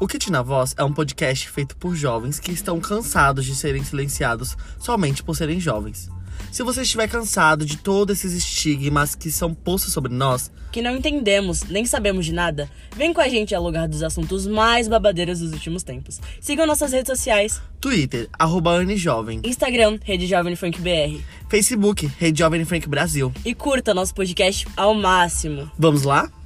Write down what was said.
O Kit na Voz é um podcast feito por jovens que estão cansados de serem silenciados somente por serem jovens. Se você estiver cansado de todos esses estigmas que são postos sobre nós, que não entendemos nem sabemos de nada, vem com a gente ao lugar dos assuntos mais babadeiros dos últimos tempos. Sigam nossas redes sociais, Twitter, arroba Anne Jovem, Instagram, Rede Jovem Frank BR, Facebook, Rede Jovem Frank Brasil. e curta nosso podcast ao máximo. Vamos lá?